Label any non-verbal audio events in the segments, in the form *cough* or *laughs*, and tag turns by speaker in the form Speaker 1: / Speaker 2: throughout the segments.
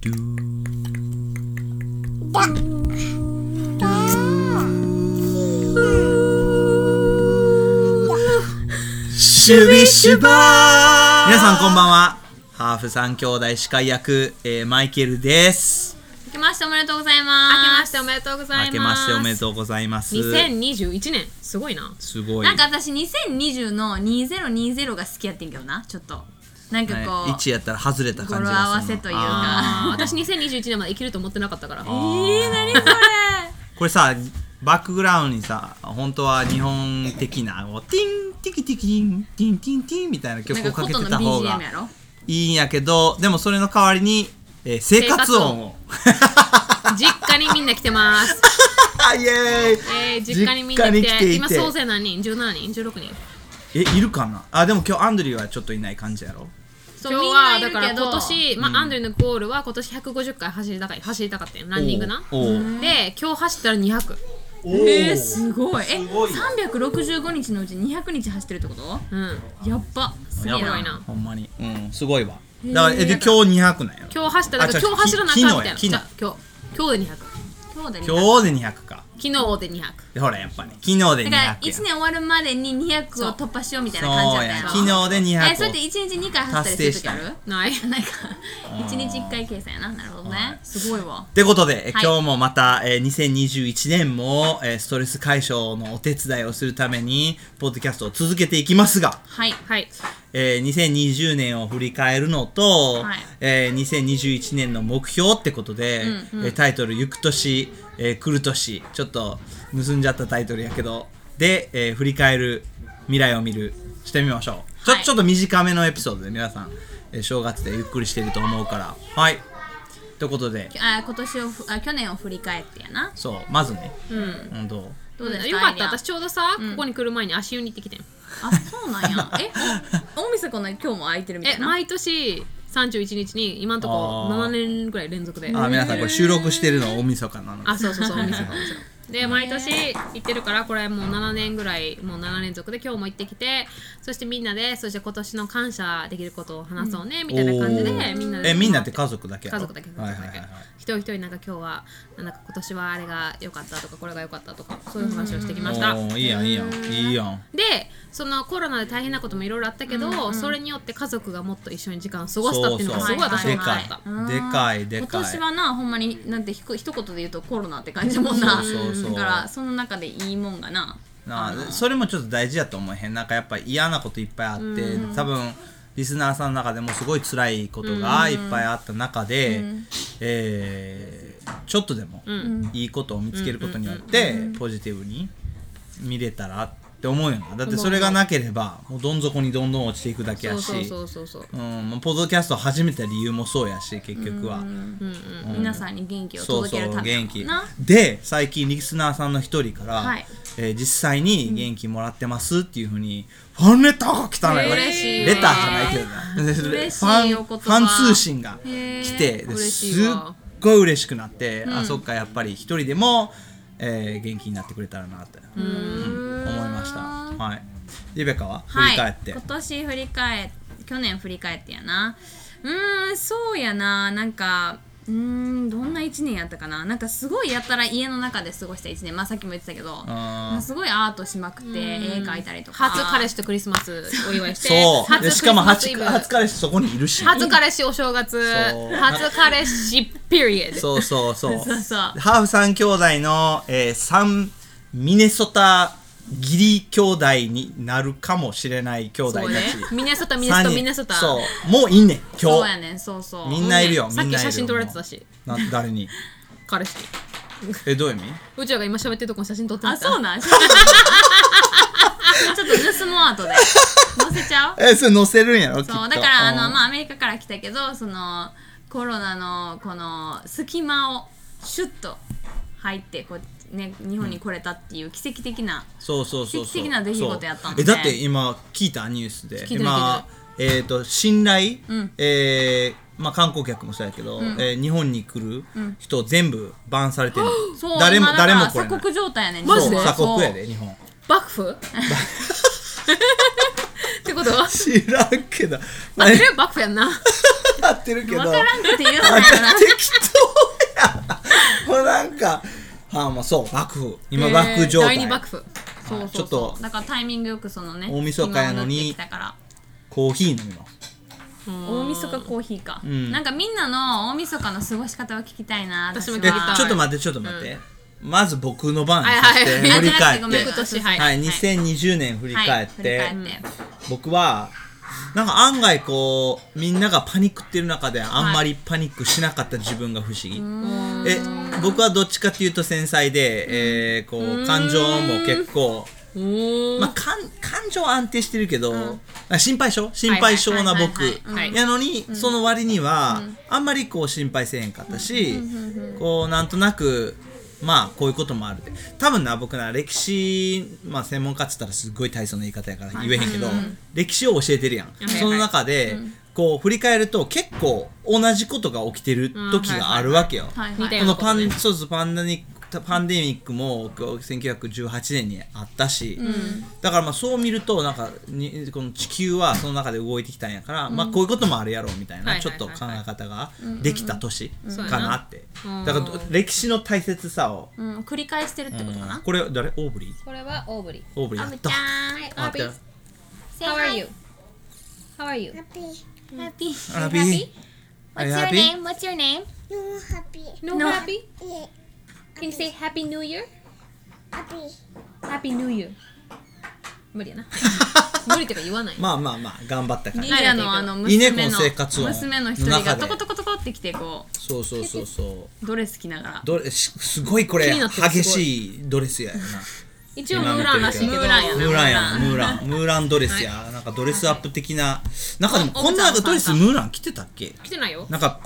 Speaker 1: ドゥー
Speaker 2: だだ
Speaker 1: シュビシュバー
Speaker 2: 아.
Speaker 1: 皆さんこんばんはハーフ三兄弟司会役、えーマイケルです
Speaker 3: 明けましておめでとうございます。
Speaker 4: 明けましておめでとうございます。
Speaker 1: 明けましておめでとうございます
Speaker 4: 2021年、すごいな。
Speaker 1: すごい
Speaker 3: なんか私2020の2020が好きやってんけどな、ちょっと。なんかこう、
Speaker 1: ね、1やったら外れた
Speaker 3: 語
Speaker 1: 感
Speaker 3: 呂
Speaker 1: じがするの
Speaker 3: 合わせという
Speaker 1: あ
Speaker 4: あ
Speaker 3: か。
Speaker 4: 私2021年まで生きると思ってなかったから。
Speaker 3: えー、何それ
Speaker 1: ーこれさバックグラウンドにさ本当は日本的なもうティンティキティキンティンティンティンみたいな曲
Speaker 3: な
Speaker 1: を
Speaker 3: んか
Speaker 1: か
Speaker 3: コ
Speaker 1: け
Speaker 3: ト
Speaker 1: て
Speaker 3: の
Speaker 1: た方が
Speaker 3: BGM やろ
Speaker 1: いいんやけどでもそれの代わりに、えー生活音を
Speaker 4: 実家にみんな来て
Speaker 3: *laughs*
Speaker 4: ます。
Speaker 1: *laughs* イエーイ
Speaker 4: えー、実家にみんな来て。
Speaker 1: 実家に来ていて
Speaker 4: 今総勢何人 ?17 人 ?16 人。
Speaker 1: えいるかなあでも今日アンドリューはちょっといない感じやろ
Speaker 3: そう
Speaker 4: 今日
Speaker 3: みん
Speaker 4: は、
Speaker 3: ないる
Speaker 4: だ
Speaker 3: け
Speaker 4: から
Speaker 3: ど
Speaker 4: 今年、まあ、アンドリューのゴールは今年150回走りたか走りたかったよ。ランニングな。
Speaker 1: おうおう
Speaker 4: で、今日走ったら200。
Speaker 3: えー、すごい。え、
Speaker 1: すごいよ
Speaker 3: 365日のうち200日走ってるってこと
Speaker 4: うん。
Speaker 3: やっば。すげえ
Speaker 4: やばい
Speaker 3: な。
Speaker 4: な
Speaker 1: ほんまにうんすごいわだからえで今日200なんやろ
Speaker 4: 今日走った、だから
Speaker 1: あ違う
Speaker 4: 今日走らなあかんみたいな。
Speaker 1: 昨日
Speaker 4: じ
Speaker 1: や
Speaker 4: ゃあ今日、今日で200。
Speaker 3: 今日で200
Speaker 1: 今日で200か
Speaker 4: 昨日で200。
Speaker 1: でほらやっぱね昨日で200
Speaker 3: だ
Speaker 1: や
Speaker 3: から1年終わるまでに200を突破しようみたいな感じだったやろ
Speaker 1: そうや昨日で200を
Speaker 3: えそれって1日2回走ったりする時ある
Speaker 1: 達
Speaker 4: ない。
Speaker 3: なんか1日1回計算やななるほどねすごいわ
Speaker 1: ってことで、え
Speaker 3: はい
Speaker 1: 今日もまた、えー2021年も、えーストレス解消のお手伝いをするためにポッドキャストを続けていきますが、
Speaker 3: はい
Speaker 4: はい。
Speaker 1: えー2020年を振り返るのと、
Speaker 3: はい
Speaker 1: えー2021年の目標ってことで、えータイトル「ゆく年、えー来る年」ちょっと盗んじゃったタイトルやけどで、えー振り返る未来を見るしてみましょうちょ,、
Speaker 3: はい
Speaker 1: ちょっと短めのエピソードで皆さん、えー正月でゆっくりしてると思うからはいということで
Speaker 3: あ今年をふあ去年を振り返ってやな
Speaker 1: そうまずね、うん、どう
Speaker 3: どうですか
Speaker 4: よかっ
Speaker 3: アイリ
Speaker 4: た
Speaker 3: アン
Speaker 4: 私ちょうどさ、ここに来る前に足湯に行ってきてん
Speaker 3: あそうなんやえお大晦日の今日も空いてるみた
Speaker 4: え
Speaker 3: いな
Speaker 4: 毎年31日に今んとこ
Speaker 1: あー
Speaker 4: 7年ぐらい連続で
Speaker 1: あ皆さんこれ収録してるの大晦日なので
Speaker 4: あそうそう
Speaker 3: *laughs*
Speaker 4: そうお店のお店ので毎年行ってるからこれもう7年ぐらいもう7連続で今日も行ってきてそしてみんなでそして今年の感謝できることを話そうね、みたいな感じで
Speaker 1: おー
Speaker 4: みんなで
Speaker 1: えみんなって家族だけやろ
Speaker 4: 家族だけ家族
Speaker 1: はい
Speaker 4: だ
Speaker 1: はい
Speaker 4: け、
Speaker 1: はいはい
Speaker 4: 一人一人なんか今日はなんだか今年はあれが良かったとかこれが良かったとかそういう話をしてきました、
Speaker 1: おーいいやんいいやんいいやん
Speaker 4: でそのコロナで大変なこともいろいろあったけど、それによって家族がもっと一緒に時間を過ごしたっていうのが
Speaker 1: そう
Speaker 4: す
Speaker 1: そう
Speaker 4: ごい私は
Speaker 1: で
Speaker 4: 分か
Speaker 1: か
Speaker 4: っ
Speaker 1: い
Speaker 4: た、
Speaker 1: でかいで
Speaker 3: 今
Speaker 1: かい
Speaker 3: 年はなほんまになんてひこ一言で言うとコロナって感じだもん
Speaker 1: そ
Speaker 3: な
Speaker 1: うそうそう
Speaker 3: だからその中でいいもんがな
Speaker 1: なあそれもちょっと大事やと思えへんなんかやっぱ嫌なこといっぱいあって、多分リスナーさんの中でもすごい辛いことがいっぱいあった中で、えーちょっとでもいいことを見つけることによってポジティブに見れたらって思うよなだってそれがなければもうどん底にどんどん落ちていくだけやし
Speaker 4: そうそうそうそうそう
Speaker 1: うんもうポッドキャストを始めた理由もそうやし結局は。
Speaker 3: 皆さんに元気を
Speaker 1: そう
Speaker 3: 届
Speaker 1: そ
Speaker 3: ける
Speaker 1: う
Speaker 3: ためやも
Speaker 1: 元
Speaker 3: ん
Speaker 1: 気
Speaker 3: な
Speaker 1: で最近リスナーさんの一人から、
Speaker 3: はい
Speaker 1: えー実際に元気もらってますっていうふうにファンレターが来たのよ、
Speaker 3: 嬉しい
Speaker 1: レターじゃないけどなフ
Speaker 3: 嬉し
Speaker 1: ァ
Speaker 3: い
Speaker 1: ン
Speaker 3: お
Speaker 1: フ
Speaker 3: 言葉
Speaker 1: ァン通信が来て
Speaker 4: へー
Speaker 1: です
Speaker 4: 嬉
Speaker 1: っ
Speaker 4: しいわ
Speaker 1: ごい嬉しくなって、あそっかやっぱり一人でも、えー元気になってくれたらなって、うん思いましたはいリベカは振り返って、
Speaker 3: はい、今年振り返っ去年振り返ってやなうーんそうやななんかうーんどんな1年やったかななんかすごいやったら家の中で過ごした1年まあさっきも言ってたけど
Speaker 1: あー
Speaker 3: すごいアートしまくって絵描いたりとか
Speaker 4: 初彼氏とクリスマスお祝いして
Speaker 1: そうでしかも初
Speaker 4: クリスマスイブ
Speaker 1: 初彼氏そこにいるし
Speaker 4: 初彼氏お正月
Speaker 1: そう
Speaker 4: 初彼氏ピリエド
Speaker 1: そうそうそう
Speaker 3: そうそう
Speaker 1: ハーフ三兄弟の、えー、三ミネソタギリ兄弟になるかもしれない兄弟た
Speaker 4: そう
Speaker 1: ち、
Speaker 4: ねミネソタミネソ
Speaker 1: 三
Speaker 4: タ
Speaker 1: 人
Speaker 4: ミネソタ
Speaker 1: そうもういいねん
Speaker 3: そ
Speaker 1: 今
Speaker 3: うや
Speaker 1: 日、
Speaker 3: ねんそうそう
Speaker 1: みんないるよ、
Speaker 4: もう
Speaker 1: み
Speaker 4: ね
Speaker 1: んないるよ
Speaker 4: さっき写真撮られてたし
Speaker 1: もうな誰に
Speaker 4: 彼氏
Speaker 1: えどういう意味
Speaker 4: うちらが今喋ってるとこに写真撮ってみた
Speaker 3: あそう
Speaker 4: な
Speaker 1: *laughs*
Speaker 3: なん *laughs* ちょっと盗もう後で載せちゃおう
Speaker 1: えそれ載せるんやろきっと
Speaker 3: そうだからあの、
Speaker 1: うん
Speaker 3: まあ、アメリカから来たけどそのコロナのこの隙間をシュッと入ってこう、ね、日本に来れたっていう奇跡的な、
Speaker 1: そうそうそうそう
Speaker 3: 奇跡的な出来事やったもん
Speaker 1: そう
Speaker 3: ね
Speaker 1: えだって今聞いたニュースで
Speaker 4: 聞いた
Speaker 1: 今えっ、と信頼、えーまあ、観光客もそうやけど、えー日本に来る人全部バンされてる、
Speaker 3: そう
Speaker 1: 誰も
Speaker 3: 今だか
Speaker 1: 誰
Speaker 3: ら
Speaker 1: も来れない
Speaker 3: 鎖国状態やねん
Speaker 4: マジで *laughs*
Speaker 1: そう鎖国や
Speaker 3: で
Speaker 1: で日本
Speaker 4: 幕府ってことは
Speaker 1: 知らんけ
Speaker 3: *laughs*
Speaker 1: ど
Speaker 4: あれバックやんな
Speaker 1: 合ってるけど
Speaker 3: わからんくて言
Speaker 1: *laughs*
Speaker 3: うなよ
Speaker 1: なんか
Speaker 3: な
Speaker 1: 適当やもうなんかああまあそう幕府今幕府状態、
Speaker 4: 第二幕府
Speaker 3: そうそうそう
Speaker 1: ちょっと
Speaker 3: だからタイミングよくそのね
Speaker 1: 大晦日やのに
Speaker 3: 今戻ってきたから
Speaker 1: コーヒー飲みます
Speaker 3: 大晦日コーヒーか、
Speaker 1: ん
Speaker 3: なんかみんなの大晦日の過ごし方を聞きたいな
Speaker 4: 私も聞き
Speaker 1: え
Speaker 4: たい
Speaker 1: ちょっと待ってちょっと待って、まず僕の番に
Speaker 4: はいはい
Speaker 1: させて
Speaker 4: はい
Speaker 1: 振り返っ
Speaker 3: *laughs* ご
Speaker 1: て
Speaker 3: めん
Speaker 4: 翌年はい
Speaker 1: はい、2020年振り返って、
Speaker 3: はい振り返って
Speaker 1: 僕はなんか案外こうみんながパニックってる中であんまりパニックしなかった自分が不思議、え僕はどっちかっていうと繊細で、えーこう感情も結構、
Speaker 4: おー
Speaker 1: まあ、感感情は安定してるけど、あ心配性心配性な僕
Speaker 4: はいはいはいはい
Speaker 1: やのに、その割には、あんまりこう心配せえへんかったし、こうなんとなくまあこういうこともあるで多分な僕な歴史、まあ、専門家っつったらすごい大層な言い方やから言えへんけど、歴史を教えてるやん、
Speaker 4: いはい
Speaker 1: その中で、こう振り返ると結構同じことが起きてる時があるわけよ。
Speaker 3: はい
Speaker 4: 似た
Speaker 3: はい
Speaker 1: この
Speaker 4: ようなこと
Speaker 1: パ
Speaker 4: ね
Speaker 1: ンそうそうパンデミックパンデミックもこう1918年にあったし、だからまあそう見るとなんかにこの地球はその中で動いてきたんやから、まあこういうこともあるやろうみたいな、
Speaker 4: はいはい
Speaker 1: ちょ
Speaker 4: は
Speaker 1: っ
Speaker 4: い
Speaker 1: と
Speaker 4: はい
Speaker 1: 考え方ができた年
Speaker 4: そうやな
Speaker 1: かなって、
Speaker 4: うん
Speaker 1: だから歴史の大切さを、
Speaker 3: うん、繰り返してるってことかな、
Speaker 1: これ誰オーブリー
Speaker 4: これはオーブリー
Speaker 1: オーブリーやった
Speaker 4: オーブリー How are you? How are you?
Speaker 2: Happy.
Speaker 3: Happy.
Speaker 1: アラビーアラビー
Speaker 3: What's your name?
Speaker 2: No happy.
Speaker 4: No,
Speaker 3: No.
Speaker 4: happy?
Speaker 2: Yeah.
Speaker 4: Can you say Happy New Year?
Speaker 2: Happy.
Speaker 4: Happy New Year 無理やな無理ってか言わない
Speaker 1: *laughs* *laughs* まあまあまあ頑張った感じ
Speaker 3: リーダのあの
Speaker 1: いいね
Speaker 3: 娘
Speaker 1: こ
Speaker 3: の
Speaker 1: の生活音
Speaker 3: 娘の一人
Speaker 1: の中
Speaker 3: が
Speaker 1: で
Speaker 3: トコトコトコってきてこ
Speaker 1: そうそうそうそう
Speaker 3: うドレス着ながら
Speaker 1: どれしすごいこれ
Speaker 4: 気になってる
Speaker 1: 激しいドレスやよな
Speaker 4: *laughs* 一応ムーランらしいけど
Speaker 3: ムーランやな
Speaker 1: ムーランやんムーランムーランドレスや、なんかドレスアップ的ななんかでも
Speaker 3: お
Speaker 1: こんな
Speaker 3: 奥さん
Speaker 1: ドレス
Speaker 3: さん
Speaker 1: ムーラン着てたっけ
Speaker 4: 来てないよ
Speaker 1: なんか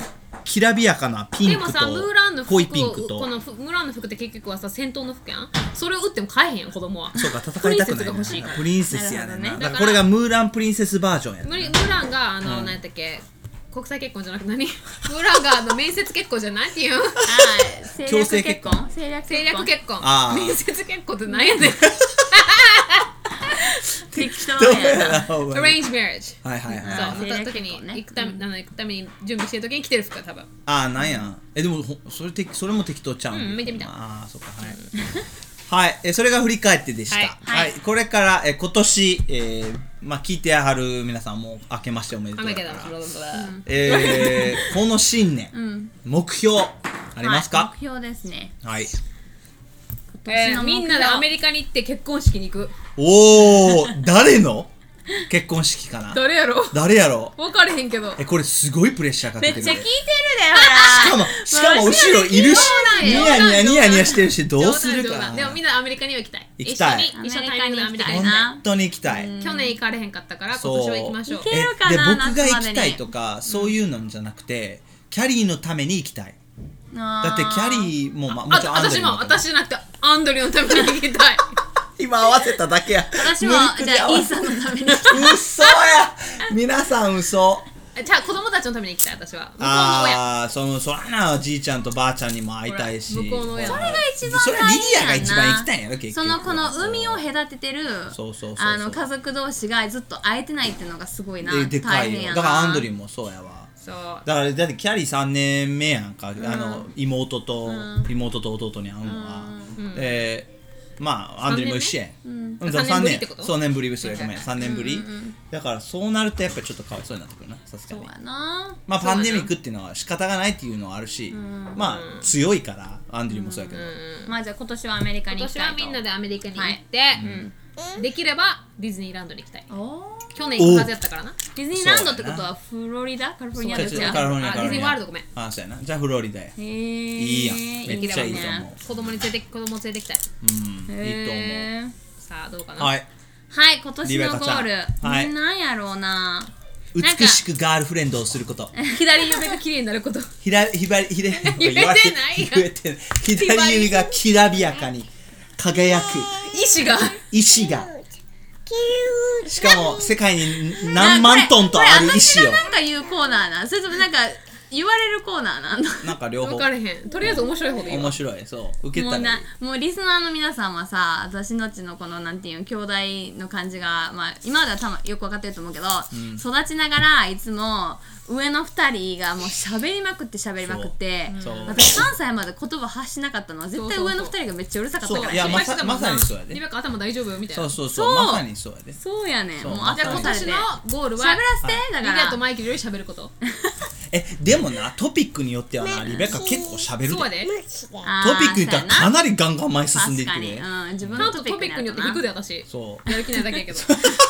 Speaker 1: きらびやかなピ
Speaker 4: で
Speaker 1: ン
Speaker 4: も
Speaker 1: ク
Speaker 4: さムー
Speaker 1: と
Speaker 4: ランの服を
Speaker 1: 濃いピンクと
Speaker 4: このふムーランの服って結局はさ戦闘の服やんそれを打っても買えへんよ子供は
Speaker 1: そうか戦いたくない
Speaker 4: プリンセスが欲しいから
Speaker 1: プリンセスやねんな
Speaker 3: なるほどね
Speaker 1: だからこれがムーランプリンセスバージョンやね
Speaker 4: ムリムーランがあの、なんやったっけ国際結婚じゃなくて何ムーランがあの面接結婚じゃないって
Speaker 1: *laughs*
Speaker 4: いう
Speaker 3: はい
Speaker 1: 強制結婚
Speaker 3: 政略
Speaker 4: 政略結婚
Speaker 1: あー
Speaker 4: 面接結婚って何やねん
Speaker 3: 適当
Speaker 1: どう
Speaker 3: や
Speaker 1: や *laughs*
Speaker 3: な
Speaker 1: な *laughs* ほんまに
Speaker 4: Arrange marriage
Speaker 1: はいはいはい
Speaker 4: そう、
Speaker 3: うん
Speaker 4: なった時に
Speaker 3: 政略結婚ね
Speaker 4: 行くため、あの行くために準備してる時に来てる服は多分
Speaker 1: ああなんやえでもほそれてそれも適当ちゃうん、
Speaker 4: うん見てみた
Speaker 1: ああそっかはいはいえそれが振り返ってでした
Speaker 4: はい
Speaker 1: はい、これからえ今年、えーまあ聞いてやはる皆さんも明けましておめでと
Speaker 4: あ
Speaker 1: う
Speaker 4: だ
Speaker 1: や
Speaker 4: け
Speaker 1: か
Speaker 4: ど
Speaker 1: ら
Speaker 4: ブラブラ
Speaker 1: えーこの新年、目標ありますか
Speaker 3: はい目標ですね
Speaker 1: はい、
Speaker 4: え
Speaker 3: 私
Speaker 4: ー
Speaker 3: の目標
Speaker 4: みんなでアメリカに行って結婚式に行く
Speaker 1: おお誰の結婚式かな
Speaker 4: 誰やろ
Speaker 1: 誰やろ
Speaker 4: 分かれへんけど
Speaker 1: えこれすごいプレッシャーか
Speaker 3: め
Speaker 1: け
Speaker 3: って
Speaker 1: る
Speaker 3: ちゃ聞いてる
Speaker 1: し
Speaker 3: だよほ
Speaker 1: からもしかも後ろいるしニヤニヤニヤニヤしてるしどうする
Speaker 4: 冗
Speaker 1: か
Speaker 4: 談冗談でもみんなアメリカには行きたい
Speaker 1: 行きたい
Speaker 4: 一緒に一緒のタイミングでアメリカに行き
Speaker 3: アメリ
Speaker 4: たい
Speaker 3: カ
Speaker 1: 本当に行きたい
Speaker 4: 去年行かれへんかったから今
Speaker 1: そう
Speaker 4: 年は行きましょう
Speaker 3: 行ける
Speaker 1: え
Speaker 3: かな
Speaker 1: で僕が
Speaker 3: 夏ま
Speaker 1: 行
Speaker 3: で
Speaker 1: き
Speaker 3: に
Speaker 1: たいとかそういうのじゃなくて、キャリーのために行きたいだってキャ
Speaker 3: ー
Speaker 1: リーもまあも
Speaker 4: あ
Speaker 1: ちろんアンド
Speaker 4: 私
Speaker 1: リー
Speaker 4: も
Speaker 1: も
Speaker 4: 私じゃなくてアンドリューのために行きたい
Speaker 1: 今合わせただけや
Speaker 3: 私も
Speaker 1: 無理く
Speaker 3: じ
Speaker 1: り合
Speaker 3: ゃあイ
Speaker 1: わ
Speaker 3: ー
Speaker 1: せ
Speaker 3: サのために
Speaker 1: 嘘や皆さん嘘
Speaker 4: じゃあ子供たちのために行きたい私は向こうの親
Speaker 1: ああそのそらなじいちゃんとばあちゃんにも会いたいし
Speaker 4: ほら向こうの親
Speaker 1: *laughs* そ
Speaker 4: そ
Speaker 1: れ
Speaker 4: れ
Speaker 1: が
Speaker 4: が
Speaker 3: 一番
Speaker 1: それはリリアが
Speaker 3: 大事
Speaker 1: 一
Speaker 3: やんな
Speaker 1: 番行きたいんやろ結
Speaker 3: *laughs* そ
Speaker 1: 局
Speaker 3: のこの海を隔ててる
Speaker 1: そうそうそうそう
Speaker 3: あの家族同士がずっと会えてないっていうのがすごいな
Speaker 1: ででか
Speaker 3: 大
Speaker 1: い
Speaker 3: 変
Speaker 1: よ
Speaker 3: や
Speaker 1: だ
Speaker 3: な
Speaker 1: からアンドリューもそうやわ
Speaker 4: そう
Speaker 1: だからだってキャリー3年目やんか、あの妹と、妹と弟に会うのは、でまあアンドリーも一緒やん、うん、
Speaker 4: 三年ぶりってこと
Speaker 1: 3年ぶりですよごめん3年ぶり、だからそうなるとやっぱりちょっとかわいそうになってくるなさすが
Speaker 3: そう
Speaker 1: に
Speaker 3: やな
Speaker 1: まあパンデミックっていうのは仕方がないっていうのはあるし、まあ強いからアンドリューもそうやけど、
Speaker 3: まあじゃあ今年はアメリカ
Speaker 4: 今
Speaker 3: に行
Speaker 4: 年
Speaker 3: きたい
Speaker 4: は
Speaker 3: と
Speaker 4: みんなでアメリカに行って、うんできればディズニーランドに行きたい
Speaker 3: おー
Speaker 4: 去年行くはずやったからな
Speaker 3: ディズニーランドってことはフロリダカリフォルニア
Speaker 1: ちょ
Speaker 3: で
Speaker 1: ち
Speaker 3: す
Speaker 1: ょ
Speaker 3: よ
Speaker 1: カリフォルニア
Speaker 4: あ
Speaker 1: カリフォルニア
Speaker 4: ディズニーワールドごめん
Speaker 1: あそうやなじゃあフロリダや、
Speaker 3: へー
Speaker 1: いいやんめ
Speaker 3: で
Speaker 1: っ
Speaker 3: き
Speaker 1: ちゃいい
Speaker 3: れば
Speaker 1: と
Speaker 3: ね
Speaker 1: 思、
Speaker 4: 子供に連れて子供連れてきたいう
Speaker 1: うん、いいと思
Speaker 3: へー
Speaker 4: さあどうか
Speaker 1: う
Speaker 4: な、
Speaker 1: はい
Speaker 3: はい今年のゴ
Speaker 1: リベ
Speaker 3: ー
Speaker 1: カちゃんはい
Speaker 3: ルなんやろうななんか
Speaker 1: 美しくガールフレンドをすること
Speaker 4: 左指が綺麗になること
Speaker 1: ひらひばりひれ
Speaker 4: *laughs* 言えてないやん
Speaker 1: 言えてない左指がきらびやかに輝く
Speaker 4: 意
Speaker 1: *laughs*
Speaker 4: 志が
Speaker 1: 石が
Speaker 2: Cute.
Speaker 1: しかも世界に何万トンとある石を
Speaker 3: なんか言うコーナーなそれともなんか言われるコーナーなんだ
Speaker 1: なんか両
Speaker 4: 分
Speaker 1: 方
Speaker 4: かれへんとりあえず面白い方でいいわ
Speaker 1: 面白いそう受け
Speaker 3: も
Speaker 1: た
Speaker 3: う
Speaker 1: ら
Speaker 3: ない
Speaker 1: い
Speaker 3: もうリスナーの皆さんはさ私のちのこのなんていうの兄弟の感じが、まあ、今までは多分よく分かってると思うけど、育ちながらいつも上の2人がもう喋りまくって喋りまくって
Speaker 1: そうそう
Speaker 3: 私3歳まで言葉発しなかったのは絶対上の2人がめっちゃうるさかったから
Speaker 1: そういや
Speaker 4: 失
Speaker 1: ま
Speaker 4: 敗し
Speaker 1: さ
Speaker 4: てたもんな
Speaker 1: まさにそうやで
Speaker 4: リベカ頭大丈夫みたい
Speaker 1: そ
Speaker 4: な
Speaker 1: うそうそう
Speaker 3: そう
Speaker 1: まさにそうやで
Speaker 3: そうやねん
Speaker 1: そう
Speaker 3: もうあっ
Speaker 1: じゃあ
Speaker 3: こ
Speaker 4: 今
Speaker 3: たれ
Speaker 4: 年
Speaker 3: て
Speaker 4: の
Speaker 3: 喋
Speaker 4: ゴールは
Speaker 3: らせてだ
Speaker 4: リ
Speaker 3: か
Speaker 4: ベ
Speaker 3: ら
Speaker 4: とマイケルより喋ること
Speaker 1: えでもなトピックによってはなリベカ結構喋る
Speaker 4: そうや
Speaker 1: で
Speaker 4: で
Speaker 2: 無視で。
Speaker 3: あー
Speaker 1: トピックに言ったらか
Speaker 3: そう
Speaker 1: なりガンガン前
Speaker 3: や
Speaker 1: 進んでいく
Speaker 3: 確
Speaker 1: ね
Speaker 3: かに、うん、自分
Speaker 4: な
Speaker 3: の
Speaker 4: んと
Speaker 3: ト
Speaker 4: トピ
Speaker 3: ピ
Speaker 4: ッ
Speaker 3: ッ
Speaker 4: ク
Speaker 3: ク
Speaker 4: に
Speaker 3: に
Speaker 4: よっ
Speaker 3: よってて
Speaker 4: 引
Speaker 3: な
Speaker 4: くで私
Speaker 1: そう
Speaker 4: やる気ないだけ
Speaker 1: *laughs*
Speaker 4: やけど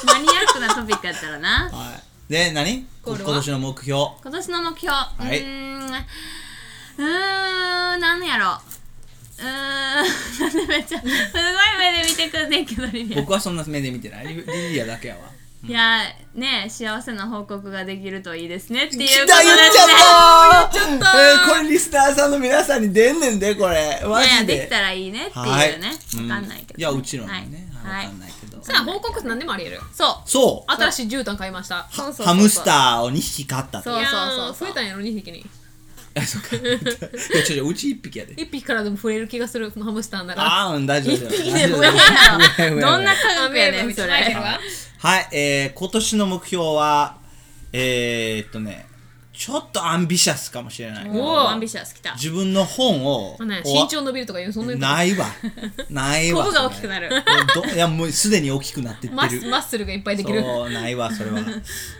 Speaker 3: マニアックなトピックやったらな
Speaker 1: はいで何
Speaker 4: ゴー
Speaker 1: 今
Speaker 4: ルは
Speaker 1: 年の目標
Speaker 3: 今年の目標、
Speaker 1: いう
Speaker 3: ーんうーんなんやろうーんなんでめっちゃすごい目で見てくんねんけどリリア
Speaker 1: 僕はそんな目で見てないリリリアだけやわ
Speaker 3: いやね幸せな報告ができるといいですねってい
Speaker 1: 来
Speaker 3: うことですね
Speaker 1: た言っちゃった
Speaker 3: ー
Speaker 1: えーこれリスナーさんの皆さんに出んねんでこれマ
Speaker 3: いやい
Speaker 1: ジ
Speaker 3: や
Speaker 1: で
Speaker 3: できたらいいねっていう
Speaker 1: はい
Speaker 3: ね、
Speaker 1: う
Speaker 3: わかんないけど、
Speaker 1: いやうちのも
Speaker 3: はい
Speaker 1: ねわ
Speaker 3: はい
Speaker 1: かんないけど
Speaker 4: さあ報告何でもありえる
Speaker 3: そう
Speaker 1: そう
Speaker 4: 新しい絨毯買いました
Speaker 3: そうそうそうそう
Speaker 1: ハムスターを2匹飼ったと
Speaker 3: そう
Speaker 4: いやー
Speaker 3: そうそ
Speaker 4: 増
Speaker 3: う
Speaker 4: えたんやろ2匹に
Speaker 1: い *laughs* やそうかいやちょちょうち1匹や
Speaker 3: *laughs*
Speaker 1: で
Speaker 4: 1匹からでも増える気がするハムスターだから
Speaker 1: ああうん大丈夫だよ
Speaker 3: いや
Speaker 1: 大丈夫
Speaker 3: どん
Speaker 1: だよ
Speaker 3: な科学やねんそ
Speaker 4: マイケ
Speaker 3: れ
Speaker 4: ルは
Speaker 1: はいえー今年の目標はえー、っとねちょっとアンビシャスかもしれない
Speaker 3: お
Speaker 4: おー
Speaker 3: おアンビシャスきた
Speaker 1: 自分の本を
Speaker 4: まあね
Speaker 1: おわ
Speaker 4: 身長伸びるとかいうそんなこと
Speaker 1: ないわ *laughs* ないわ
Speaker 3: *laughs* コブが大きくなる
Speaker 1: それどいやもうすでに大きくなってってる
Speaker 4: マッスマッスルがいっぱいできる
Speaker 1: そうないわそれはい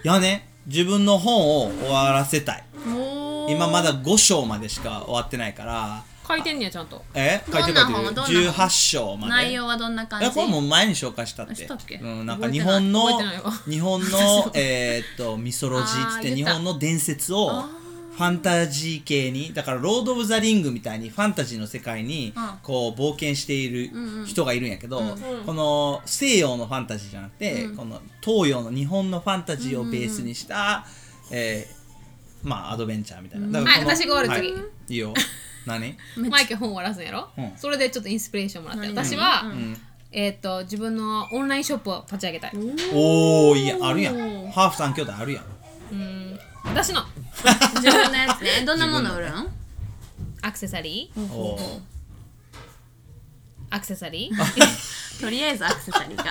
Speaker 1: やね自分の本を終わらせたい
Speaker 3: おー
Speaker 1: 今まだ5章までしか終わってないから
Speaker 4: 書いてんねやちゃんと
Speaker 1: え書いてる
Speaker 3: ど
Speaker 1: 書
Speaker 3: んない本
Speaker 1: てる
Speaker 3: どんな
Speaker 1: 18
Speaker 3: 本
Speaker 1: 章まで
Speaker 3: 内容はどんな感じ
Speaker 1: えこれもう前に紹介したって
Speaker 4: したっけ
Speaker 1: うん、なんか
Speaker 4: 覚
Speaker 1: 日
Speaker 4: えてない
Speaker 1: 本の
Speaker 4: 覚えてないわ
Speaker 1: 日
Speaker 4: *laughs*
Speaker 1: 本のえーっとミソロジーっつっ
Speaker 4: あー
Speaker 1: て
Speaker 4: 言
Speaker 1: 日
Speaker 4: った
Speaker 1: 本の伝説をファンタジー系にだから「ロード・オブ・ザ・リング」みたいにファンタジーの世界に
Speaker 3: うん
Speaker 1: こう冒険している人がいるんやけど、この西洋のファンタジーじゃなくて、この東洋の日本のファンタジーをベースにした、えーまあアドベンチャーみたいな。だからこの
Speaker 4: はい私ゴール
Speaker 1: はい
Speaker 4: 次
Speaker 1: いい
Speaker 4: *laughs*
Speaker 1: よ。何？
Speaker 4: マイケル本終わらすんやろ、
Speaker 1: うん
Speaker 4: それでちょっとインスピレーションもらって私は、
Speaker 1: ん
Speaker 4: えーっと自分のオンラインショップを立ち上げたいうん
Speaker 1: おおいやあるやん。ハーフ三兄弟あるやん。
Speaker 4: 私の
Speaker 3: 自分のやつねどんなもの売るん
Speaker 4: アクセサリー
Speaker 1: おー
Speaker 4: アクセサリー
Speaker 3: とりあえずアクセサリーが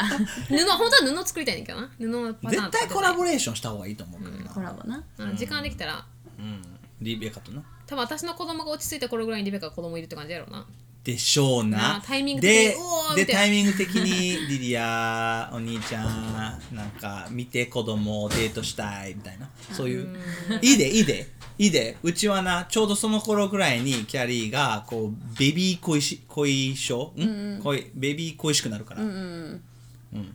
Speaker 4: 布本当は布作りたいねんだけどな布のパターン
Speaker 1: 絶対
Speaker 4: 作りたい
Speaker 1: コラボレーションした方がいいと思うけどな、
Speaker 3: コラボな
Speaker 4: うん時間できたら
Speaker 1: うんリベカとな
Speaker 4: 多分私の子供が落ち着いた頃ぐらいにリベカが子供いるって感じやろうな
Speaker 1: でしょう
Speaker 4: な
Speaker 1: な
Speaker 4: あタイミング的に
Speaker 1: で
Speaker 4: うおー
Speaker 1: で
Speaker 4: みたいな
Speaker 1: タイミング的にリリアお兄ちゃんなんか見て子供をデートしたいみたいなそういういいでいいでいいでうちはなちょうどその頃ぐらいにキャリーがこうベビー恋し恋症ん、恋ベビー恋しくなるから、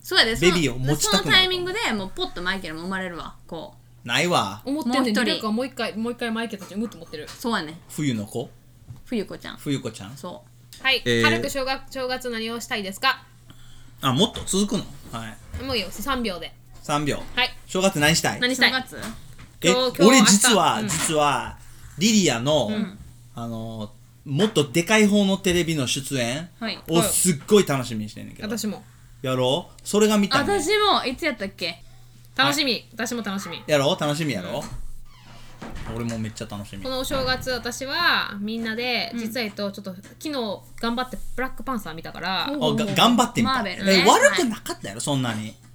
Speaker 3: そうやでそ
Speaker 1: ベ
Speaker 3: の
Speaker 1: ビーを持ちたくなる
Speaker 3: そのタイミングでもうポッとマイケルも生まれるわこ
Speaker 1: ないわ
Speaker 4: 思ってんねん
Speaker 3: もう一人
Speaker 4: リベカはもう一回もう一回マイケルたちを産むと思ってる
Speaker 3: うそうやね
Speaker 1: 冬の子
Speaker 3: 冬子ちゃん
Speaker 1: 冬子ちゃん
Speaker 3: そう
Speaker 4: はい、
Speaker 1: えー
Speaker 4: 軽く正月正月何をしたいですか
Speaker 1: あもっと続くのはい
Speaker 4: もういいよ3秒で
Speaker 1: 3秒
Speaker 4: はい
Speaker 1: 正月何したい
Speaker 4: 何した
Speaker 3: 正
Speaker 4: い
Speaker 3: 月
Speaker 1: え
Speaker 4: 今日今日
Speaker 1: 俺
Speaker 4: 明日
Speaker 1: 実は、
Speaker 4: うん
Speaker 1: 実はリリアの、あのもっとでかい方のテレビの出演
Speaker 3: はい
Speaker 1: をすっごい楽しみにしてんねんけど、
Speaker 4: 私も
Speaker 1: やろうそれが見たいね
Speaker 3: 私もいつやったっけ
Speaker 4: 楽しみ、私も楽しみ
Speaker 1: やろう楽しみやろ、俺もめっちゃ楽しみ
Speaker 4: このお正月私はみんなで実はえっとちょっと昨日頑張ってブラックパンサー見たから、
Speaker 1: あが頑張ってみた
Speaker 3: マー
Speaker 1: い、
Speaker 3: ベルね
Speaker 1: え悪くなかったやろそんなに *laughs*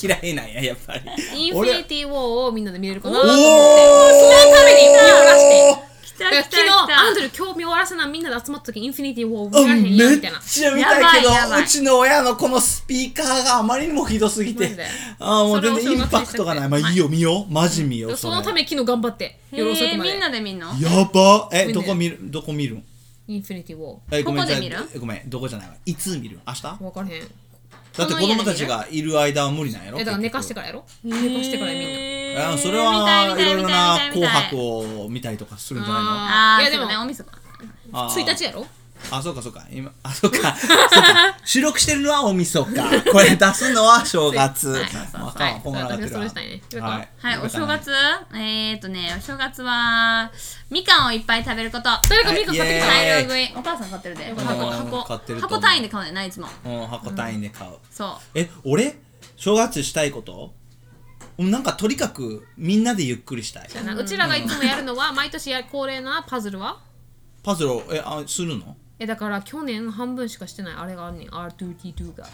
Speaker 1: 嫌いなんややっぱり
Speaker 4: インフィニティ・ウォーをみんなで見れるかな
Speaker 1: お
Speaker 4: と
Speaker 1: お
Speaker 4: 思
Speaker 1: ー
Speaker 4: ってそのために見終わらして
Speaker 3: 来た
Speaker 4: だ
Speaker 3: 来
Speaker 4: から
Speaker 3: た来
Speaker 4: 昨日
Speaker 3: た
Speaker 4: アンドル今日見終わらせなみんなで集まった時インフィニティ・ウォーを
Speaker 1: う
Speaker 4: 見られへ
Speaker 1: んめっ
Speaker 4: んやみ
Speaker 1: た
Speaker 4: いな
Speaker 1: ちゃ見たいけど
Speaker 3: やばいやばいう
Speaker 1: ちの親のこのスピーカーがあまりにもひどすぎ
Speaker 4: マ
Speaker 1: て
Speaker 4: ジで
Speaker 1: あーもう
Speaker 4: それ
Speaker 1: 全
Speaker 4: を
Speaker 1: 然インパクトがないまあいいよ見ようマジ見よう
Speaker 4: そのた
Speaker 1: れ
Speaker 4: めに昨日頑張って夜遅
Speaker 3: え
Speaker 4: く
Speaker 3: ー
Speaker 4: まで、
Speaker 3: みんなで見んの
Speaker 1: やばえ
Speaker 4: 見
Speaker 1: ど
Speaker 4: る
Speaker 1: こ見るどこ見るん
Speaker 4: インフィニティ・ウォ
Speaker 1: えごめん
Speaker 3: ここで見
Speaker 1: じ
Speaker 3: る
Speaker 1: ゃあごめんどこじゃないわいつ見る明日だ
Speaker 4: ー分からへんえ
Speaker 1: って子供たちがいる間は無理なんやろ
Speaker 4: だから寝かしてからやろ寝かしてからみんな
Speaker 1: ら
Speaker 3: な
Speaker 1: それ
Speaker 3: 見
Speaker 1: は
Speaker 3: た
Speaker 1: い
Speaker 3: い
Speaker 1: ろい
Speaker 3: 見
Speaker 1: ろ
Speaker 3: た
Speaker 1: ない
Speaker 3: 見たい見たい
Speaker 1: 紅白を見たりとかするんじゃないの
Speaker 3: あ
Speaker 4: い
Speaker 3: あ
Speaker 4: や
Speaker 3: で
Speaker 4: で
Speaker 3: も
Speaker 4: も
Speaker 3: ねおみそか
Speaker 1: あー
Speaker 4: 1日やろ
Speaker 1: あそうかそうか今あそうかそうか収録してるのはおみそかこれ出すのは正月
Speaker 3: はい
Speaker 1: わかん
Speaker 4: はい
Speaker 1: こんがらがってるわ
Speaker 4: 私はそれしたいね
Speaker 1: はい
Speaker 3: はいお正
Speaker 1: わかんない
Speaker 3: 月えーとねお正月はみかんをいっぱい食べること
Speaker 4: 誰かミカ買ってきた
Speaker 1: はい
Speaker 3: 大量食いお母さん買ってるで箱箱
Speaker 1: 買ってると思
Speaker 3: 箱
Speaker 1: う
Speaker 3: 単位で買うねんないつも
Speaker 1: うん、箱単位で買う。
Speaker 3: そう
Speaker 1: え、俺正月したいことなんかとにかくみんなでゆっくりしたい
Speaker 4: そうやなうちらがいつもやるのは毎年や恒例なパズルは
Speaker 1: パズルをえあするの
Speaker 4: えだから去年半分しかしてないあれがあるねん R2D2 が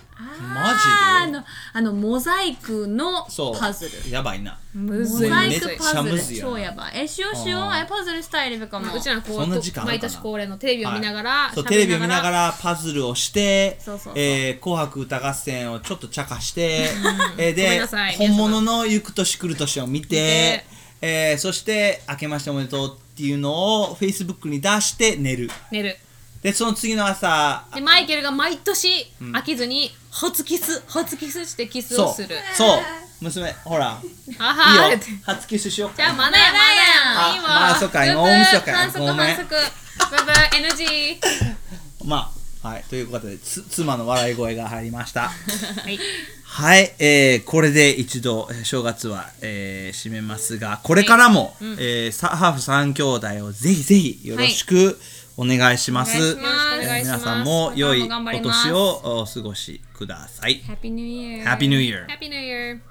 Speaker 1: マ
Speaker 3: あ
Speaker 1: ジで
Speaker 3: のあのモザイクの
Speaker 1: そう
Speaker 3: パズル
Speaker 1: やばいな
Speaker 4: む
Speaker 3: モ
Speaker 4: ずい
Speaker 3: ザ
Speaker 4: む
Speaker 3: イ
Speaker 4: ず
Speaker 3: ク
Speaker 4: い
Speaker 3: パ
Speaker 1: めっちゃむ
Speaker 3: ズ
Speaker 1: ずい
Speaker 3: ル
Speaker 1: よな
Speaker 3: 超やばいえしようしよう
Speaker 1: あー
Speaker 3: えパズルしたいレベかも
Speaker 4: うちらこ
Speaker 1: そんな
Speaker 4: う
Speaker 1: 時間ある
Speaker 4: 毎
Speaker 1: かな
Speaker 4: 年恒例のテレビを見ながら、
Speaker 1: そう
Speaker 4: 喋
Speaker 1: テレ
Speaker 4: り
Speaker 1: ビを見ながらパズルをして
Speaker 3: そうそうそう
Speaker 1: えー紅白歌合戦」をちょっと茶化して、えー
Speaker 4: ごめん
Speaker 1: で
Speaker 4: なさい
Speaker 1: 本物の「行く年来る年」を見て
Speaker 4: て
Speaker 1: えーそして「明けましておめでとう」っていうのを Facebook に出して寝る
Speaker 4: 寝る
Speaker 1: でその次の朝
Speaker 4: でマイケルが毎年飽きずに初キス初キスしてキスを
Speaker 1: そ
Speaker 4: す
Speaker 1: う
Speaker 4: る
Speaker 1: そう娘ほら
Speaker 4: *laughs* あ
Speaker 1: いい
Speaker 4: はー
Speaker 1: よ
Speaker 4: って
Speaker 1: 初キスしよう
Speaker 4: じゃあマナやマ
Speaker 1: あ
Speaker 4: ナやいいわ
Speaker 1: まあそっか
Speaker 4: ブブ
Speaker 1: 今大晦日や
Speaker 4: 反則
Speaker 1: ごめん
Speaker 4: 反則ブブ NG
Speaker 1: まあはいということでつ妻の笑い声が入りま
Speaker 3: *laughs*
Speaker 1: した
Speaker 4: はい
Speaker 1: はい、えーこれで一度えー正月は、えー締めますがこれからも、えーさハーフ三兄弟をぜひぜひよろしくお願いします,、
Speaker 3: お願いします
Speaker 1: えー皆さんも良い
Speaker 3: これからも
Speaker 1: お
Speaker 3: 頑張ります
Speaker 1: 年をお過ごしください
Speaker 3: ハッピーニューイヤー
Speaker 1: Happy New Year!
Speaker 4: Happy New Year